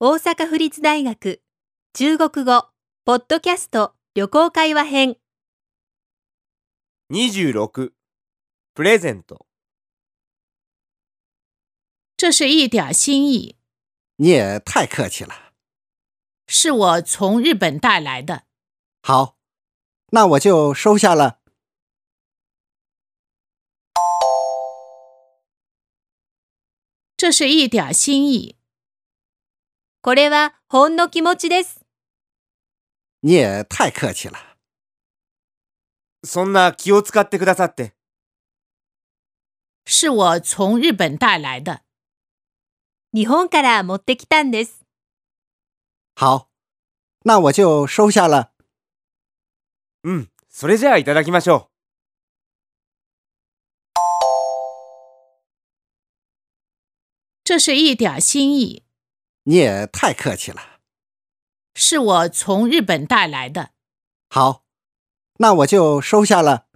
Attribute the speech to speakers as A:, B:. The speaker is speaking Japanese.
A: 大阪府立大学中国語ポッドキャスト旅行会話編
B: 26プレゼント
C: 这是一点心意，
D: 你也太客气了。
C: 是我从日本带来的。
D: 好，那我就收下了。
C: 这是一点心意，
A: これはほんの気持ちです
D: 你也太客气了。
B: そんな気を使ってくださって
C: 是我从日本带来的。
A: 日本から持ってきたんです
D: 好，那我就收下了。
B: うんそれじゃあいただきましょ
C: 这是一点心意，
D: 你也太客气了。
C: 是我从日本带来的。
D: 好，那我就收下了。